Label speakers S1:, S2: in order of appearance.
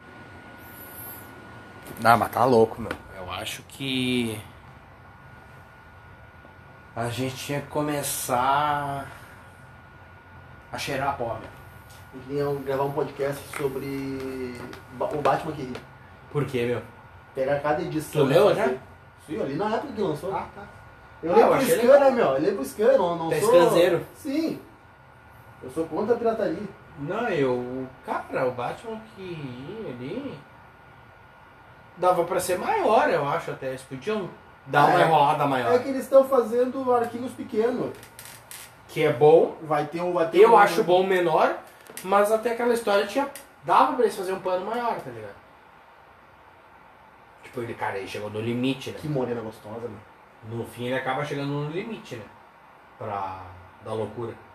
S1: Ah,
S2: Não, mas tá louco, meu.
S1: Eu acho que. A gente tinha que começar. a cheirar a pó, meu.
S3: A gente ia gravar um podcast sobre ba- o Batman que ri.
S1: Por quê, meu?
S3: Pegar cada edição.
S1: Tu leu
S3: assim.
S1: já?
S3: Sim, ali na época que lançou. Ah, tá. Eu
S1: Ah, eu
S3: lembro pro
S1: achei
S3: Scan, né,
S1: legal.
S3: meu? Eu lembro pro Scan, não, não
S1: Tá
S3: sou...
S1: escanseiro.
S3: Sim. Eu sou contra a pirataria.
S1: Não, eu. Cara, o Batman que ia ali. Dava pra ser maior, eu acho até. Eles podiam dar uma
S3: É.
S1: enrolada
S3: É
S1: maior.
S3: que eles estão fazendo arquivos pequenos.
S1: Que é bom.
S3: Vai ter um... Vai ter
S1: Eu
S3: um-
S1: acho bom menor, mas até aquela história tinha. Dava pra eles fazer um pano maior, tá ligado? Tipo, ele, cara, ele chegou no limite, né?
S3: Que morena gostosa, meu.
S1: No fim ele acaba chegando no limite, né? Pra. da loucura.